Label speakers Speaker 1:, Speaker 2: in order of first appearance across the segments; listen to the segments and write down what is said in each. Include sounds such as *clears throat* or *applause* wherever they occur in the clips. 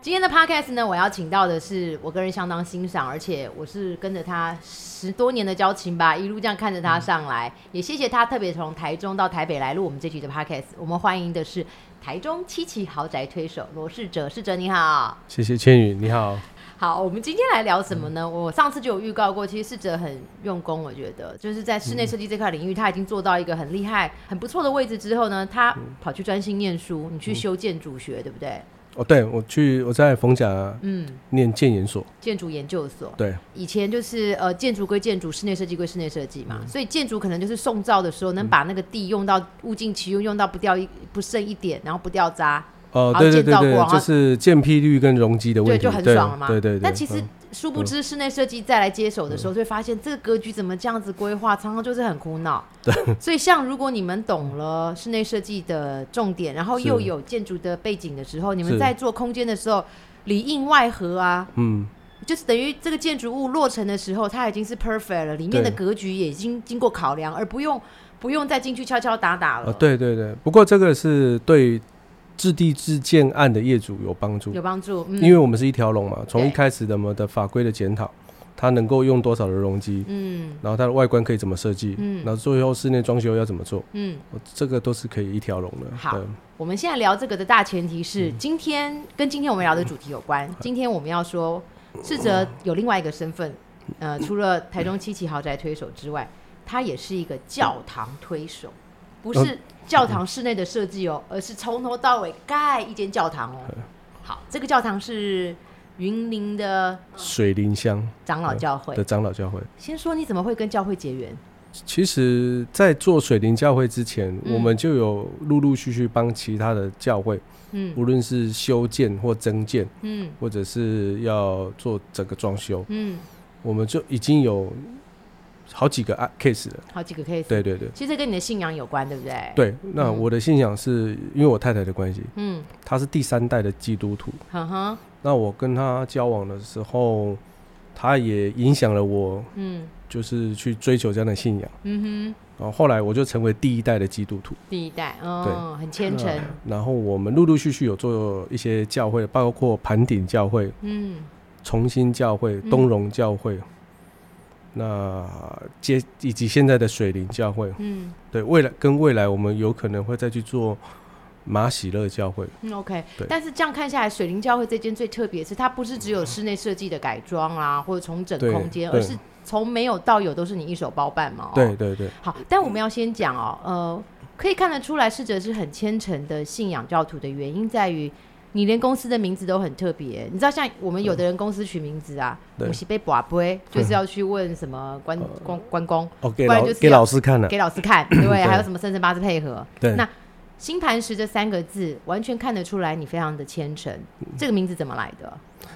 Speaker 1: 今天的 podcast 呢，我要请到的是我个人相当欣赏，而且我是跟着他十多年的交情吧，一路这样看着他上来，也谢谢他特别从台中到台北来录我们这局的 podcast。我们欢迎的是台中七期豪宅推手罗世哲，世哲你好。
Speaker 2: 谢谢千羽，你好。
Speaker 1: 好，我们今天来聊什么呢？嗯我上次就有预告过，其实世哲很用功，我觉得就是在室内设计这块领域，他已经做到一个很厉害、很不错的位置之后呢，他跑去专心念书，你去修建筑学，对不对？
Speaker 2: 哦，对，我去我在逢甲
Speaker 1: 嗯，
Speaker 2: 念建研所，
Speaker 1: 建筑研究所。
Speaker 2: 对，
Speaker 1: 以前就是呃，建筑归建筑，室内设计归室内设计嘛，
Speaker 2: 嗯
Speaker 1: 所以建筑可能就是送造的时候，能把那个地用到物尽其用，用到不掉一不剩一点，然后不掉渣，
Speaker 2: 哦
Speaker 1: 然，后
Speaker 2: 对对
Speaker 1: 建
Speaker 2: 对
Speaker 1: 造过然
Speaker 2: 对，
Speaker 1: 后
Speaker 2: 就是建批率跟容积的问
Speaker 1: 对，
Speaker 2: 题，
Speaker 1: 就很爽了嘛。
Speaker 2: 对对对。
Speaker 1: 但其实
Speaker 2: 嗯
Speaker 1: 殊不知，室内设计再来接手的时候，就会发现这个格局怎么这样子规划，常常就是很苦恼。对。所以，像如果你们懂了室内设计的重点，然后
Speaker 2: 是
Speaker 1: 又有建筑的背景的时候，你们
Speaker 2: 是
Speaker 1: 在做空间的时候，里应外合啊，
Speaker 2: 嗯，
Speaker 1: 就是等于这个建筑物落成的时候，它已经是 perfect 了，里面的
Speaker 2: 对
Speaker 1: 格局也已经经过考量，而不用不用再进去敲敲打打了。
Speaker 2: 哦，，对对对。不过这个是对自地自建案的业主有帮助
Speaker 1: 有，帮助。嗯，
Speaker 2: 因为我们是一条龙嘛，从
Speaker 1: 对
Speaker 2: 一开始的我们的法规的检讨，它能够用多少的容积，
Speaker 1: 嗯
Speaker 2: 然后它的外观可以怎么设计，
Speaker 1: 嗯
Speaker 2: 然后最后室内装修要怎么做，
Speaker 1: 嗯，
Speaker 2: 哦这个都是可以一条龙的。
Speaker 1: 好
Speaker 2: 对
Speaker 1: 我们现在聊这个的大前提是，今天跟今天我们聊的主题有关。今天我们要说，智哲有另外一个身份，呃，除了台中七期豪宅推手之外，他也是一个教堂推手，不是教堂室内的设计哦，而是从头到尾盖一间教堂哦。好，这个教堂是云林的
Speaker 2: 水林乡
Speaker 1: 长老教会
Speaker 2: 的。长老教会。
Speaker 1: 先说你怎么会跟教会结缘？
Speaker 2: 其实，在做水灵教会之前，
Speaker 1: 嗯
Speaker 2: 我们就有陆陆续续帮其他的教会，
Speaker 1: 嗯
Speaker 2: 无论是修建或增建，
Speaker 1: 嗯
Speaker 2: 或者是要做整个装修，
Speaker 1: 嗯，
Speaker 2: 我们就已经有好几个案啊 case 了。
Speaker 1: 好几个 case。
Speaker 2: 对对对
Speaker 1: 其实这跟你的信仰有关，对不对？。
Speaker 2: 对，那我的信仰是因为我太太的关系，
Speaker 1: 嗯，
Speaker 2: 她是第三代的基督徒。
Speaker 1: 哼哼，
Speaker 2: 那我跟她交往的时候，她也影响了我，
Speaker 1: 嗯
Speaker 2: 就是去追求这样的信仰。
Speaker 1: 嗯哼。
Speaker 2: 然后后来我就成为第一代的基督徒。
Speaker 1: 第一代，嗯，很虔诚，
Speaker 2: 然后我们陆陆续续有做一些教会，包括盘顶教会、
Speaker 1: 嗯
Speaker 2: 重新教会、
Speaker 1: 嗯
Speaker 2: 东荣教会，那接以及现在的水林教会。
Speaker 1: 嗯
Speaker 2: 对未来跟未来，我们有可能会再去做马喜乐教会。
Speaker 1: 嗯，OK
Speaker 2: 对。
Speaker 1: 但是这样看下来，水灵教会这间最特别的是，它不是只有室内设计的改装啊，或者重整
Speaker 2: 对
Speaker 1: 空间，
Speaker 2: 嗯对
Speaker 1: 而是从没有到有都是你一手包办嘛、哦。
Speaker 2: 对，对对，
Speaker 1: 好，但我们要先讲哦，呃，可以看得出来，逝者是很虔诚的信仰教徒的原因在于。你连公司的名字都很特别，你知道像我们有的人公司取名字啊，
Speaker 2: 对呃
Speaker 1: 我是被寡杯，就是要去问什么关关关公，
Speaker 2: 哦，给
Speaker 1: 不然
Speaker 2: 老
Speaker 1: 就是
Speaker 2: 给
Speaker 1: 要
Speaker 2: 老师看了、
Speaker 1: 给老师看，对，
Speaker 2: 对
Speaker 1: 还有什么生辰八字配合，
Speaker 2: 对，
Speaker 1: 那星盘石这三个字，完全看得出来你非常的虔诚。
Speaker 2: 嗯
Speaker 1: 这个名字怎么来的？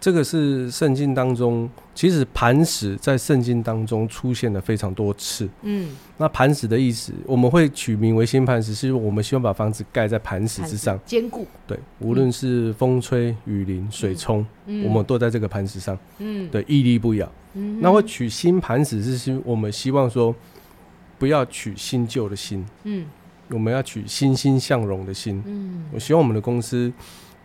Speaker 2: 这个是圣经当中，其实磐石在圣经当中出现了非常多次。
Speaker 1: 嗯，
Speaker 2: 那磐石的意思，我们会取名为新磐石，是因为我们希望把房子盖在磐石之上。
Speaker 1: 坚固。
Speaker 2: 对，无论是风吹雨淋、水冲，
Speaker 1: 嗯，
Speaker 2: 我们都在这个磐石上，
Speaker 1: 嗯
Speaker 2: 对，屹立不摇。
Speaker 1: 嗯
Speaker 2: 那会取新磐石，是希我们希望说，不要取新旧的新，
Speaker 1: 嗯
Speaker 2: 我们要取欣欣向荣的心。
Speaker 1: 嗯
Speaker 2: 我希望我们的公司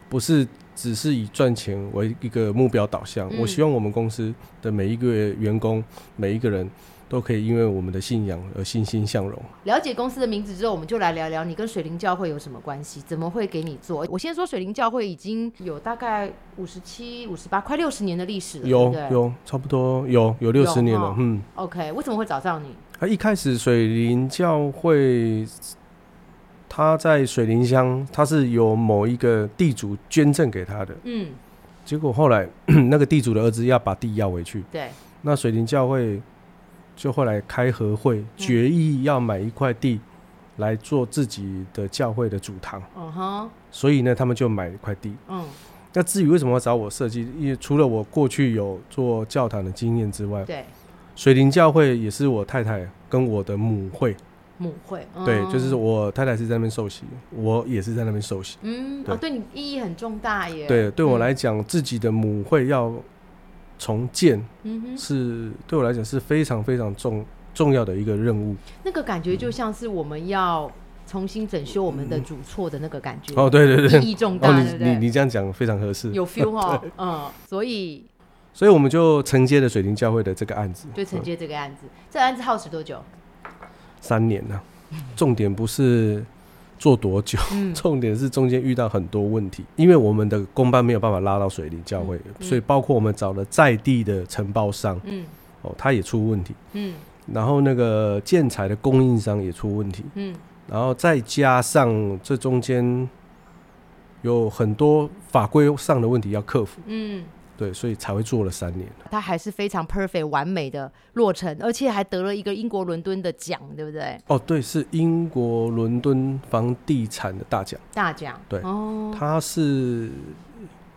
Speaker 2: 不是只是以赚钱为一个目标导向，
Speaker 1: 嗯
Speaker 2: 我希望我们公司的每一个员工、每一个人都可以因为我们的信仰而欣欣向荣。
Speaker 1: 了解公司的名字之后，我们就来聊聊你跟水灵教会有什么关系？怎么会给你做？我先说水灵教会已经有大概五十七、五十八，快六十年的历史了，对
Speaker 2: 有
Speaker 1: 不对
Speaker 2: 有，差不多有有六十年
Speaker 1: 有
Speaker 2: 了
Speaker 1: 哈，
Speaker 2: 嗯。
Speaker 1: OK，为什么会找上你？
Speaker 2: 他一开始水林教会，他在水林乡，他是由某一个地主捐赠给他的。
Speaker 1: 嗯，
Speaker 2: 结果后来 *clears throat* 那个地主的儿子要把地要回去，
Speaker 1: 对，
Speaker 2: 那水林教会就后来开和会，决议要买一块地来做自己的教会的主堂。
Speaker 1: 嗯哼，
Speaker 2: 所以呢，他们就买一块地。
Speaker 1: 嗯，
Speaker 2: 那至于为什么要找我设计，也除了我过去有做教堂的经验之外，
Speaker 1: 对，
Speaker 2: 水林教会也是我太太跟我的母会。
Speaker 1: 母会，
Speaker 2: 对，
Speaker 1: 嗯
Speaker 2: 就是，我太太是在那边受洗，我也是在那边受洗。
Speaker 1: 嗯，
Speaker 2: 对
Speaker 1: 哦，对你意义很重大耶。
Speaker 2: 对，对我
Speaker 1: 嗯，
Speaker 2: 来讲，自己的母会要重建
Speaker 1: 嗯哼。
Speaker 2: 是对我来讲是非常非常重重要的一个任务。
Speaker 1: 那个感觉就像是我们要重新整修我们的主错的那个感觉，
Speaker 2: 嗯哦，对对对，
Speaker 1: 意义重大，
Speaker 2: 哦，
Speaker 1: 对不
Speaker 2: 你你
Speaker 1: 对？
Speaker 2: 你这样讲非常合适，
Speaker 1: 有 feel
Speaker 2: *laughs*
Speaker 1: 哈，嗯，所以
Speaker 2: 所以我们就承接了水灵教会的这个案子，
Speaker 1: 就承接这个案子，
Speaker 2: 嗯
Speaker 1: 这个案子耗时多久？
Speaker 2: *laughs* 三年
Speaker 1: *laughs*
Speaker 2: 了、重点不是做多久，
Speaker 1: 嗯
Speaker 2: *laughs* 重点是中间遇到很多问题，因为我们的公办没有办法拉到水灵教会，
Speaker 1: 嗯嗯
Speaker 2: 所以包括我们找了在地的承包商，
Speaker 1: 嗯
Speaker 2: 哦，他也出问题，
Speaker 1: 嗯
Speaker 2: 然后那个建材的供应商也出问题，
Speaker 1: 嗯
Speaker 2: 然后再加上这中间有很多法规上的问题要克服，
Speaker 1: 嗯，
Speaker 2: 对，所以才会做了三年。
Speaker 1: 它还是非常 perfect 完美的落成，而且还得了一个英国伦敦的奖，对不对？
Speaker 2: 哦，对，是英国伦敦房地产的大奖，
Speaker 1: 大奖。
Speaker 2: 对
Speaker 1: 哦，
Speaker 2: 它是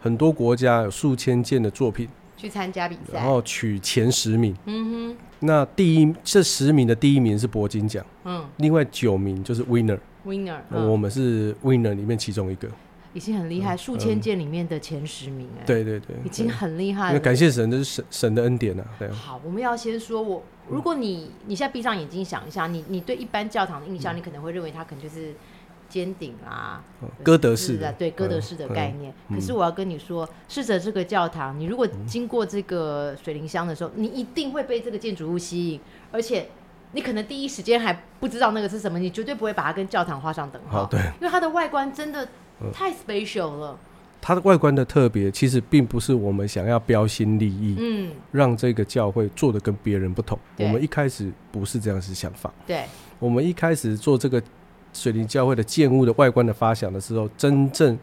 Speaker 2: 很多国家有数千件的作品，
Speaker 1: 去参加比
Speaker 2: 然
Speaker 1: 赛。
Speaker 2: 后取前十名。
Speaker 1: 嗯
Speaker 2: 那第一这十名的第一名是铂金奖，
Speaker 1: 哼，嗯
Speaker 2: 另外九名就是 winner，、
Speaker 1: ，winner，
Speaker 2: 那我
Speaker 1: 嗯，
Speaker 2: 们是 winner 里面其中一个。
Speaker 1: 已经很厉害，数千件里面的前十名，哎，，
Speaker 2: 嗯对对对，
Speaker 1: 已经很厉害
Speaker 2: 那
Speaker 1: 了。
Speaker 2: 感谢神，这是神神的恩典啊。对啊，
Speaker 1: 好，我们要先说我，如果你你现在闭上眼睛想一下，你你对一般教堂的印象，
Speaker 2: 嗯
Speaker 1: 你可能会认为它可能就是尖顶啊，
Speaker 2: 哦哥德
Speaker 1: 是
Speaker 2: 式
Speaker 1: 的，
Speaker 2: 的，
Speaker 1: 对哥德
Speaker 2: 嗯
Speaker 1: 式的
Speaker 2: 嗯
Speaker 1: 概念。
Speaker 2: 嗯
Speaker 1: 可是我要跟你说，试着这个教堂，你如果经过这个水灵乡的时候，你一定会被这个建筑物吸引，而且你可能第一时间还不知道那个是什么，你绝对不会把它跟教堂画上等
Speaker 2: 嗯好，
Speaker 1: 号，
Speaker 2: 对
Speaker 1: 因为它的外观真的太 special 了。
Speaker 2: 它的外观的特别，其实并不是我们想要标新立异，
Speaker 1: 嗯，
Speaker 2: 让这个教会做的跟别人不同。
Speaker 1: 对
Speaker 2: 我们一开始不是这样子想法，
Speaker 1: 对，
Speaker 2: 我们一开始做这个水灵教会的建物的外观的发想的时候，真正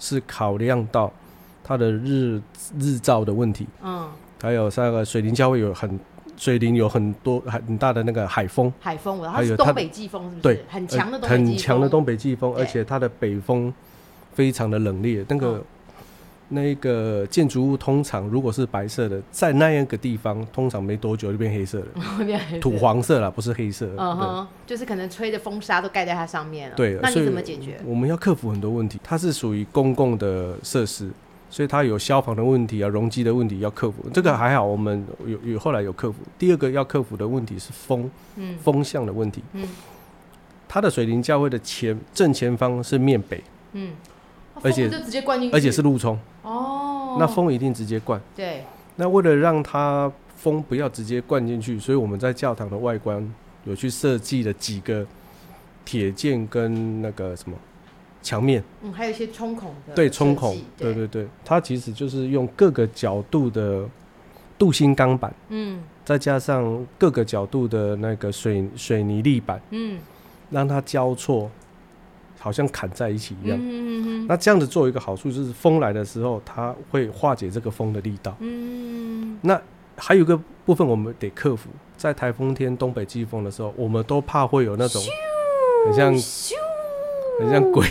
Speaker 2: 是考量到它的日日照的问题，
Speaker 1: 嗯，
Speaker 2: 还有那个水灵教会有很水灵有很多很大的那个海风，
Speaker 1: 海风，我它
Speaker 2: 还
Speaker 1: 是
Speaker 2: 有
Speaker 1: 东
Speaker 2: 它
Speaker 1: 北季风，是不是
Speaker 2: 对？
Speaker 1: 很强的东
Speaker 2: 呃
Speaker 1: 北季风，
Speaker 2: 很强的东北季风，
Speaker 1: 对
Speaker 2: 而且它的北风非常的冷冽。那个、
Speaker 1: 嗯
Speaker 2: 那个建筑物通常如果是白色的，在那样一个地方，通常没多久就变黑色了，
Speaker 1: 会变黑色
Speaker 2: 土。黄色啦，不是黑色。
Speaker 1: 嗯哼，就是可能吹的风沙都盖在它上面了。
Speaker 2: 对
Speaker 1: 那
Speaker 2: 所
Speaker 1: 你
Speaker 2: 以
Speaker 1: 怎么解决
Speaker 2: 对，？我们要克服很多问题。它是属于公共的设施。所以它有消防的问题啊，容积的问题要克服，这个还好，我们有有后来有克服。第二个要克服的问题是风
Speaker 1: 嗯
Speaker 2: 风向的问题。
Speaker 1: 嗯
Speaker 2: 它的水灵教会的前正前方是面北，
Speaker 1: 嗯，
Speaker 2: 而且
Speaker 1: 风就直接灌进去，
Speaker 2: 而且是路冲，
Speaker 1: 哦，
Speaker 2: 那风一定直接灌。
Speaker 1: 对，
Speaker 2: 那为了让它风不要直接灌进去，所以我们在教堂的外观有去设计了几个铁件跟那个什么墙面，
Speaker 1: 嗯，还有一些冲孔的
Speaker 2: 对，
Speaker 1: 设
Speaker 2: 冲孔
Speaker 1: 计，
Speaker 2: 对
Speaker 1: 对，
Speaker 2: 对对，它其实就是用各个角度的镀锌钢板，
Speaker 1: 嗯
Speaker 2: 再加上各个角度的那个水水泥地板，
Speaker 1: 嗯
Speaker 2: 让它交错，好像砍在一起一样。
Speaker 1: 嗯嗯
Speaker 2: 那这样子做有一个好处就是风来的时候，它会化解这个风的力道。
Speaker 1: 嗯
Speaker 2: 那还有一个部分我们得克服，在台风天、东北季风的时候，我们都怕会有那种很像
Speaker 1: 咻，
Speaker 2: 很像
Speaker 1: *laughs*
Speaker 2: 鬼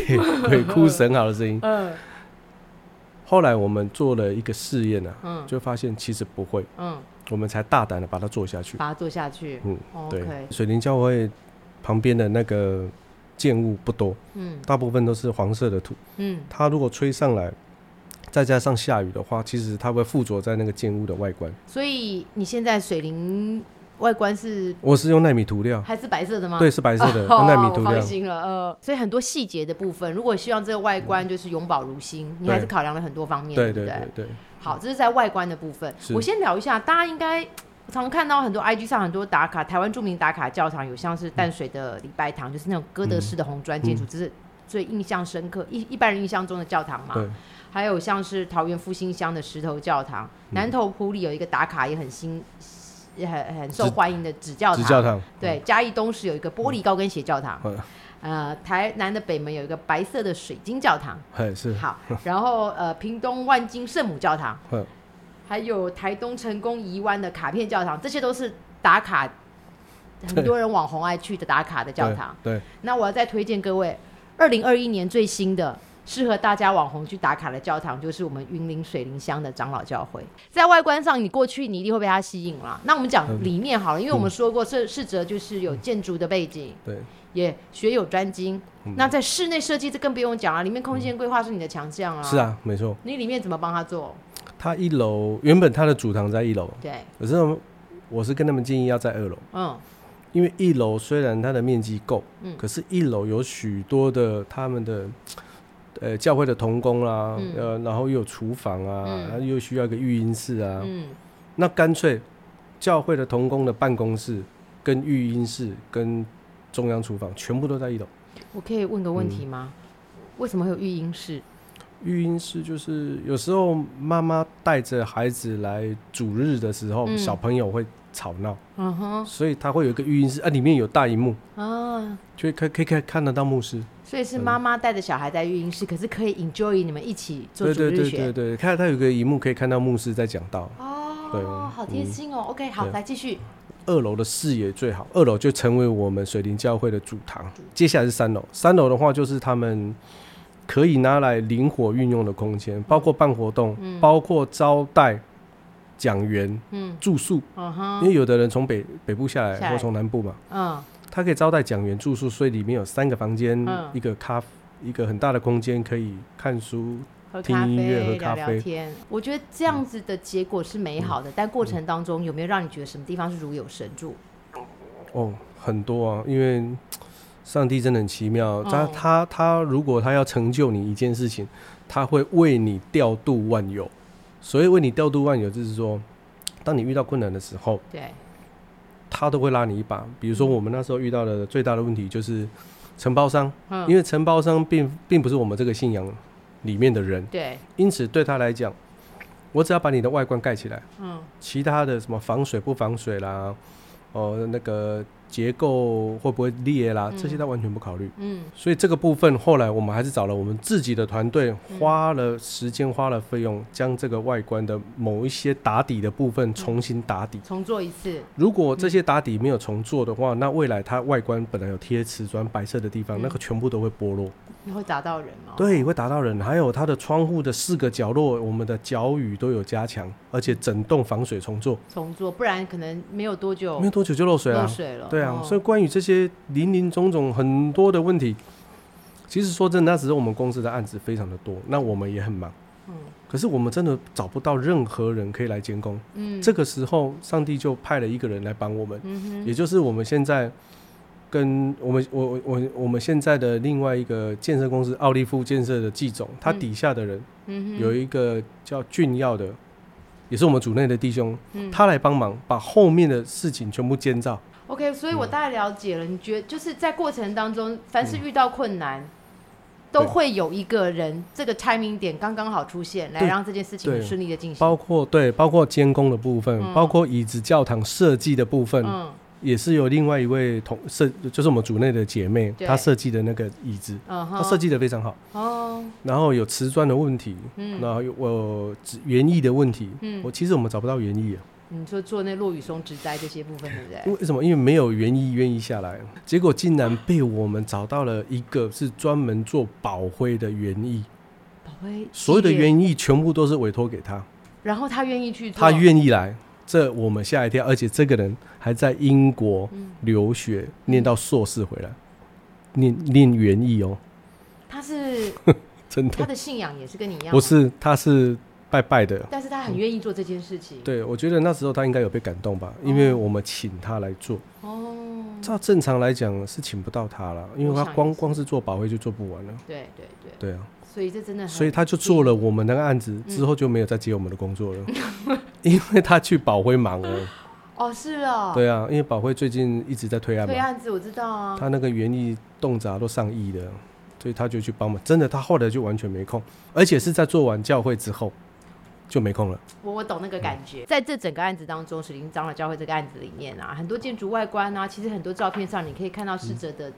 Speaker 2: 鬼哭神嚎的声音。
Speaker 1: 嗯
Speaker 2: 后来我们做了一个试验啊，
Speaker 1: 嗯
Speaker 2: 就发现其实不会，
Speaker 1: 嗯，
Speaker 2: 我们才大胆的把它做下去。
Speaker 1: 把它做下去
Speaker 2: 嗯，对
Speaker 1: 哦，OK，，
Speaker 2: 水灵教会旁边的那个建物不多，
Speaker 1: 嗯
Speaker 2: 大部分都是黄色的土。
Speaker 1: 嗯
Speaker 2: 它如果吹上来，再加上下雨的话，其实它会附着在那个建物的外观。
Speaker 1: 所以你现在水灵外观是
Speaker 2: 我是用纳米涂料，
Speaker 1: 还是白色的吗？
Speaker 2: 对，。是白色
Speaker 1: *laughs*
Speaker 2: 的
Speaker 1: 哦
Speaker 2: 用纳米涂
Speaker 1: 我放
Speaker 2: 料。
Speaker 1: 心了，呃，所以很多细节的部分，如果希望这个外观就是永保如新，你还是
Speaker 2: 对
Speaker 1: 考量了很多方面，
Speaker 2: 对
Speaker 1: 不
Speaker 2: 对对对，
Speaker 1: 好，这是在外观的部分。
Speaker 2: 是
Speaker 1: 我先聊一下，大家应该我常看到很多 IG 上很多打卡，台湾著名打卡教堂有像是淡水的礼拜堂，就是那种哥德式的红砖建
Speaker 2: 嗯
Speaker 1: 筑，这是最印象深刻一一般人印象中的教堂嘛。
Speaker 2: 对，
Speaker 1: 还有像是桃园复兴乡的石头教堂，
Speaker 2: 嗯
Speaker 1: 南投埔里有一个打卡也很新。也很很受
Speaker 2: 指
Speaker 1: 欢迎的指教
Speaker 2: 指
Speaker 1: 堂，
Speaker 2: 教堂，
Speaker 1: 对，嘉义东市有一个玻璃高跟鞋教堂，
Speaker 2: 嗯
Speaker 1: 呃，台南的北门有一个白色的水晶教堂，
Speaker 2: 嘿是，
Speaker 1: 好，然后呃，屏东万金圣母教堂
Speaker 2: 嗯，
Speaker 1: 还有台东成功宜湾的卡片教堂，这些都是打卡，很
Speaker 2: 对
Speaker 1: 多人网红爱去的打卡的教堂。
Speaker 2: 对，
Speaker 1: 那我要再推荐各位，二零二一年最新的。适合大家网红去打卡的教堂，就是我们云林水林乡的长老教会。在外观上，你过去你一定会被它吸引啦。那我们讲
Speaker 2: 嗯
Speaker 1: 里面好了，因为我们说过，这逝者就是有建筑的背景，
Speaker 2: 对
Speaker 1: 也学有专精。
Speaker 2: 嗯
Speaker 1: 那在室内设计，这更不用讲啊，里面空间规划是你的强项啊。
Speaker 2: 对，是，啊，没错。
Speaker 1: 你里面怎么帮他做？
Speaker 2: 它一楼原本它的主堂在一楼，
Speaker 1: 对，
Speaker 2: 可是我是跟他们建议要在二楼，
Speaker 1: 嗯，
Speaker 2: 因为一楼虽然它的面积够，
Speaker 1: 嗯
Speaker 2: 可是一楼有许多的他们的呃教会的童工啦、
Speaker 1: 嗯
Speaker 2: 呃，然后又有厨房啊，
Speaker 1: 嗯
Speaker 2: 然后又需要一个育婴室啊，
Speaker 1: 嗯
Speaker 2: 那干脆教会的童工的办公室、跟育婴室、跟中央厨房全部都在一楼。
Speaker 1: 我可以问个问
Speaker 2: 嗯
Speaker 1: 题吗？为什么会有育婴室？
Speaker 2: 育婴室就是有时候妈妈带着孩子来主日的时候，
Speaker 1: 嗯
Speaker 2: 小朋友会吵闹，
Speaker 1: 嗯哼
Speaker 2: 所以他会有一个育婴室啊，里面有大荧幕，
Speaker 1: 啊，
Speaker 2: 就可以可以可以看得到牧师。
Speaker 1: 所以是
Speaker 2: 嗯
Speaker 1: 妈妈带着小孩在育婴室，可是可以 enjoy 你们一起做
Speaker 2: 对
Speaker 1: 主
Speaker 2: 对
Speaker 1: 日
Speaker 2: 对对
Speaker 1: 学
Speaker 2: 对，看他有个荧幕可以看到牧师在讲道。对嗯
Speaker 1: 哦，好贴心哦。OK，好，
Speaker 2: 对
Speaker 1: 来继续。
Speaker 2: 二楼的视野最好，二楼就成为我们水灵教会的主堂。接下来是三楼，三楼的话就是他们可以拿来灵活运用的空间，包括办活动，包括招待讲员、
Speaker 1: 嗯
Speaker 2: 住宿。
Speaker 1: 嗯哼，
Speaker 2: 因为有的人从北北部下
Speaker 1: 下
Speaker 2: 来
Speaker 1: 来
Speaker 2: 或从南部嘛，
Speaker 1: 嗯
Speaker 2: 他可以招待讲员住宿，所以里面有三个房间
Speaker 1: 嗯，
Speaker 2: 一个咖，一个很大的空间可以看书。
Speaker 1: 喝
Speaker 2: 听
Speaker 1: 咖
Speaker 2: 音乐
Speaker 1: 啡
Speaker 2: 喝咖
Speaker 1: 聊聊
Speaker 2: 啡嗯
Speaker 1: 天，我觉得这样子的结果是美好的，但过程当中有没有让你觉得什么地方是如有神助？
Speaker 2: 哦，很多啊，因为上帝真的很奇妙，他
Speaker 1: 哦
Speaker 2: 他他如果他要成就你一件事情，他会为你调度万有。所以为你调度万有，就是说，当你遇到困难的时候，
Speaker 1: 对，
Speaker 2: 他都会拉你一把。比
Speaker 1: 嗯
Speaker 2: 如说我们那时候遇到的最大的问题就是承包商，
Speaker 1: 嗯，
Speaker 2: 因为承包商并并不是我们这个信仰里面的人，
Speaker 1: 对，
Speaker 2: 因此对他来讲，我只要把你的外观盖起来，
Speaker 1: 嗯
Speaker 2: 其他的什么防水不防水啦，哦、那个结构会不会裂啦，
Speaker 1: 嗯
Speaker 2: 这些他完全不考虑。
Speaker 1: 嗯
Speaker 2: 所以这个部分后来我们还是找了我们自己的团队，花了时间花了费用，将这个外观的某一些打底的部分重新打底。
Speaker 1: 重做一次，
Speaker 2: 如果这些打底没有重做的话，那未来它外观本来有贴瓷砖白色的地方，
Speaker 1: 嗯
Speaker 2: 那个全部都会剥落。
Speaker 1: 你会打到人哦吗？
Speaker 2: 对，会打到人。还有它的窗户的四个角落，我们的角雨都有加强，而且整栋防水重做，
Speaker 1: 重做，不然可能没有多久
Speaker 2: 没有多久就漏水了。
Speaker 1: 哦漏水了。
Speaker 2: 对啊，
Speaker 1: 哦
Speaker 2: 所以关于这些林林总总很多的问题，其实说真的，那时候我们公司的案子非常的多，那我们也很忙。
Speaker 1: 嗯
Speaker 2: 可是我们真的找不到任何人可以来监工。
Speaker 1: 嗯，
Speaker 2: 这个时候，上帝就派了一个人来帮我们，
Speaker 1: 嗯哼
Speaker 2: 也就是我们现在跟我们我我我我们现在的另外一个建设公司奥利夫建设的季总，他
Speaker 1: 嗯
Speaker 2: 底下的人
Speaker 1: 嗯哼
Speaker 2: 有一个叫俊耀的，也是我们组内的弟兄，
Speaker 1: 嗯
Speaker 2: 他来帮忙把后面的事情全部监造。
Speaker 1: OK，所以
Speaker 2: 嗯
Speaker 1: 我大概了解了。你觉得就是在过程当中，凡是遇到困难，都
Speaker 2: 嗯对
Speaker 1: 会有一个人这个 timing 点刚刚好出现，来
Speaker 2: 对
Speaker 1: 让这件事情很
Speaker 2: 对
Speaker 1: 顺利的进行。
Speaker 2: 包括对，包括监工的部分，
Speaker 1: 嗯
Speaker 2: 包括椅子教堂设计的部分，
Speaker 1: 嗯
Speaker 2: 也是有另外一位同设，就是我们组内的姐妹，
Speaker 1: 对
Speaker 2: 她设计的那个椅子，
Speaker 1: 嗯
Speaker 2: 她
Speaker 1: 哼，
Speaker 2: 设计的非常好。
Speaker 1: 哦，
Speaker 2: 然后有瓷砖的问题，
Speaker 1: 嗯
Speaker 2: 然后有我园艺的问题，
Speaker 1: 嗯
Speaker 2: 我，其实我们找不到园艺啊，
Speaker 1: 你说做那落雨松植栽这些部分，对不对？
Speaker 2: 因 *laughs* 为为什么？因为没有园艺愿意下来，结果竟然被我们找到了一个是专门做宝灰的园艺，
Speaker 1: 宝贝，
Speaker 2: 所有的
Speaker 1: 系列，
Speaker 2: 园艺全部都是委托给他，
Speaker 1: 然后他愿意去做，
Speaker 2: 他愿意来，这我们吓一跳，而且这个人还在英国。
Speaker 1: 嗯，
Speaker 2: 留学，念到硕士回来，念念园艺哦，
Speaker 1: 他是
Speaker 2: 真
Speaker 1: 他
Speaker 2: 的
Speaker 1: 的信仰也是跟你一
Speaker 2: *laughs*
Speaker 1: 样，
Speaker 2: 不，是，他是拜拜的。
Speaker 1: 但是他很愿意做这件事情。，
Speaker 2: 对，我觉得那时候他应该有被感动吧，因为我们请他来做，
Speaker 1: 哦，
Speaker 2: 照正常来讲是请不到他了，因为他光光是做保卫就做不完了。
Speaker 1: 对对对，
Speaker 2: 对啊，
Speaker 1: 所以这真的很，
Speaker 2: 所以他就做了我们那个案子之后就没有再接我们的工作了，
Speaker 1: 嗯
Speaker 2: *laughs* 因为他去保辉忙
Speaker 1: *laughs*
Speaker 2: 了。
Speaker 1: 哦，是哦，
Speaker 2: 对啊，因为保辉最近一直在推案
Speaker 1: 推
Speaker 2: 嘛，
Speaker 1: 案子我知道啊，
Speaker 2: 他那个园艺动辄都上亿的，所以他就去帮忙。真的，他后来就完全没空，而且是在做完教会之后就没空了。
Speaker 1: 我我懂那个感觉，在这整个案子当中，水灵长老教会这个案子里面啊，很多建筑外观啊，其实很多照片上你可以看到逝者
Speaker 2: 嗯
Speaker 1: 的，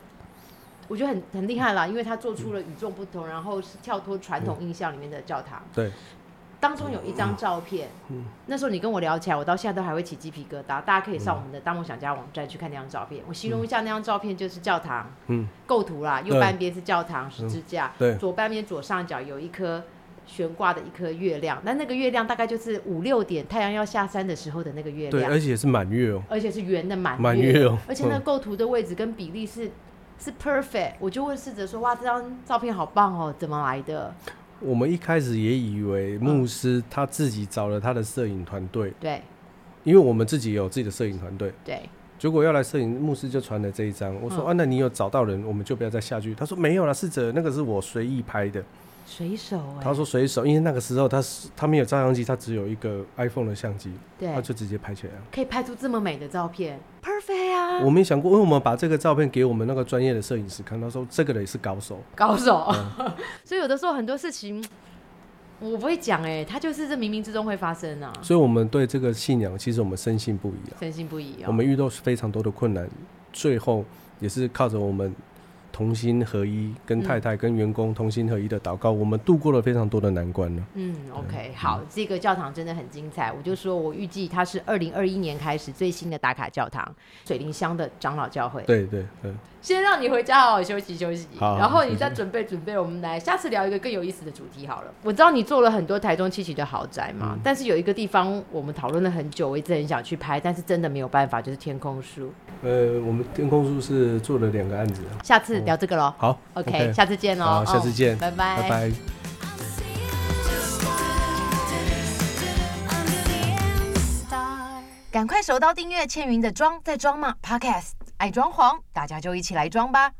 Speaker 1: 我觉得很很厉害啦，因为他做出了与众不同，然后是跳脱传统印象里面的教堂。
Speaker 2: 对，
Speaker 1: 当中有一
Speaker 2: 嗯
Speaker 1: 张照片，那时候你跟我聊起来，我到现在都还会起鸡皮疙瘩。大家可以
Speaker 2: 嗯
Speaker 1: 上我们的大梦想家网站去看那张照片。我形容一下那张照片，就是教堂，
Speaker 2: 嗯，
Speaker 1: 构图啦，右
Speaker 2: 对嗯
Speaker 1: 半边是教堂十字架，
Speaker 2: 对
Speaker 1: 左半边左上角有一颗悬挂的一颗月亮，那那个月亮大概就是五六点太阳要下山的时候的那个月
Speaker 2: 对，
Speaker 1: 亮，
Speaker 2: 而且是满月哦、
Speaker 1: 而且是圆的啊满
Speaker 2: 满
Speaker 1: 月
Speaker 2: 月哦
Speaker 1: 而且那个构图的位置跟比例是。是 perfect，我就问逝者说：“哇，这张照片好棒哦，怎么来的
Speaker 2: *laughs* 我们一开始也以为牧师他自己找了他的摄影团队，？”
Speaker 1: 对
Speaker 2: 因为我们自己也有自己的摄影团队，
Speaker 1: 对，
Speaker 2: 结果要来摄影，牧师就传了这一张。我
Speaker 1: 嗯
Speaker 2: 说、啊，那你有找到人，我们就不要再下去。他说没有啦，逝者那个是我随意拍的。
Speaker 1: 水手哎、
Speaker 2: 他说随手，因为那个时候他是他没有照相机，他只有一个 iPhone 的相机，他
Speaker 1: 对，
Speaker 2: 就直接拍起来了。
Speaker 1: 可以拍出这么美的照片，perfect 啊，
Speaker 2: 我没想过，因为我们把这个照片给我们那个专业的摄影师看，他说这个人也是高手。
Speaker 1: 高手。
Speaker 2: 嗯
Speaker 1: *laughs* 所以有的时候很多事情我不会讲哎、他就是这冥冥之中会发生啊，
Speaker 2: 所以，我们对这个信仰，其实我们深信不疑啊。
Speaker 1: 深信不疑啊、
Speaker 2: 我们遇到非常多的困难，最后也是靠着我们同心合一，跟太太、跟员工同心合一的祷告，我们度过了非常多的难关呢。
Speaker 1: 嗯，OK，好，这个教堂真的很精彩。我就说我预计它是二零二一年开始最新的打卡教堂——水灵乡的长老教会。
Speaker 2: 对对对，
Speaker 1: 先让你回家好好休息休息，
Speaker 2: 好
Speaker 1: 然后你再准备准备，我们来下次聊一个更有意思的主题好了。我知道你做了很多台中七期的豪宅
Speaker 2: 嗯
Speaker 1: 嘛，但是有一个地方我们讨论了很久，我一直很想去拍，但是真的没有办法，就是天空树。
Speaker 2: 呃，我们天空树是做了两个案子啊。
Speaker 1: 下次聊这个喽。
Speaker 2: 好
Speaker 1: OK，, 下次见哦
Speaker 2: 好，。下次见，
Speaker 1: 哦拜拜，
Speaker 2: 拜拜。
Speaker 1: 赶快手刀订阅倩云的装在装嘛 Podcast，爱装潢，大家就一起来装吧。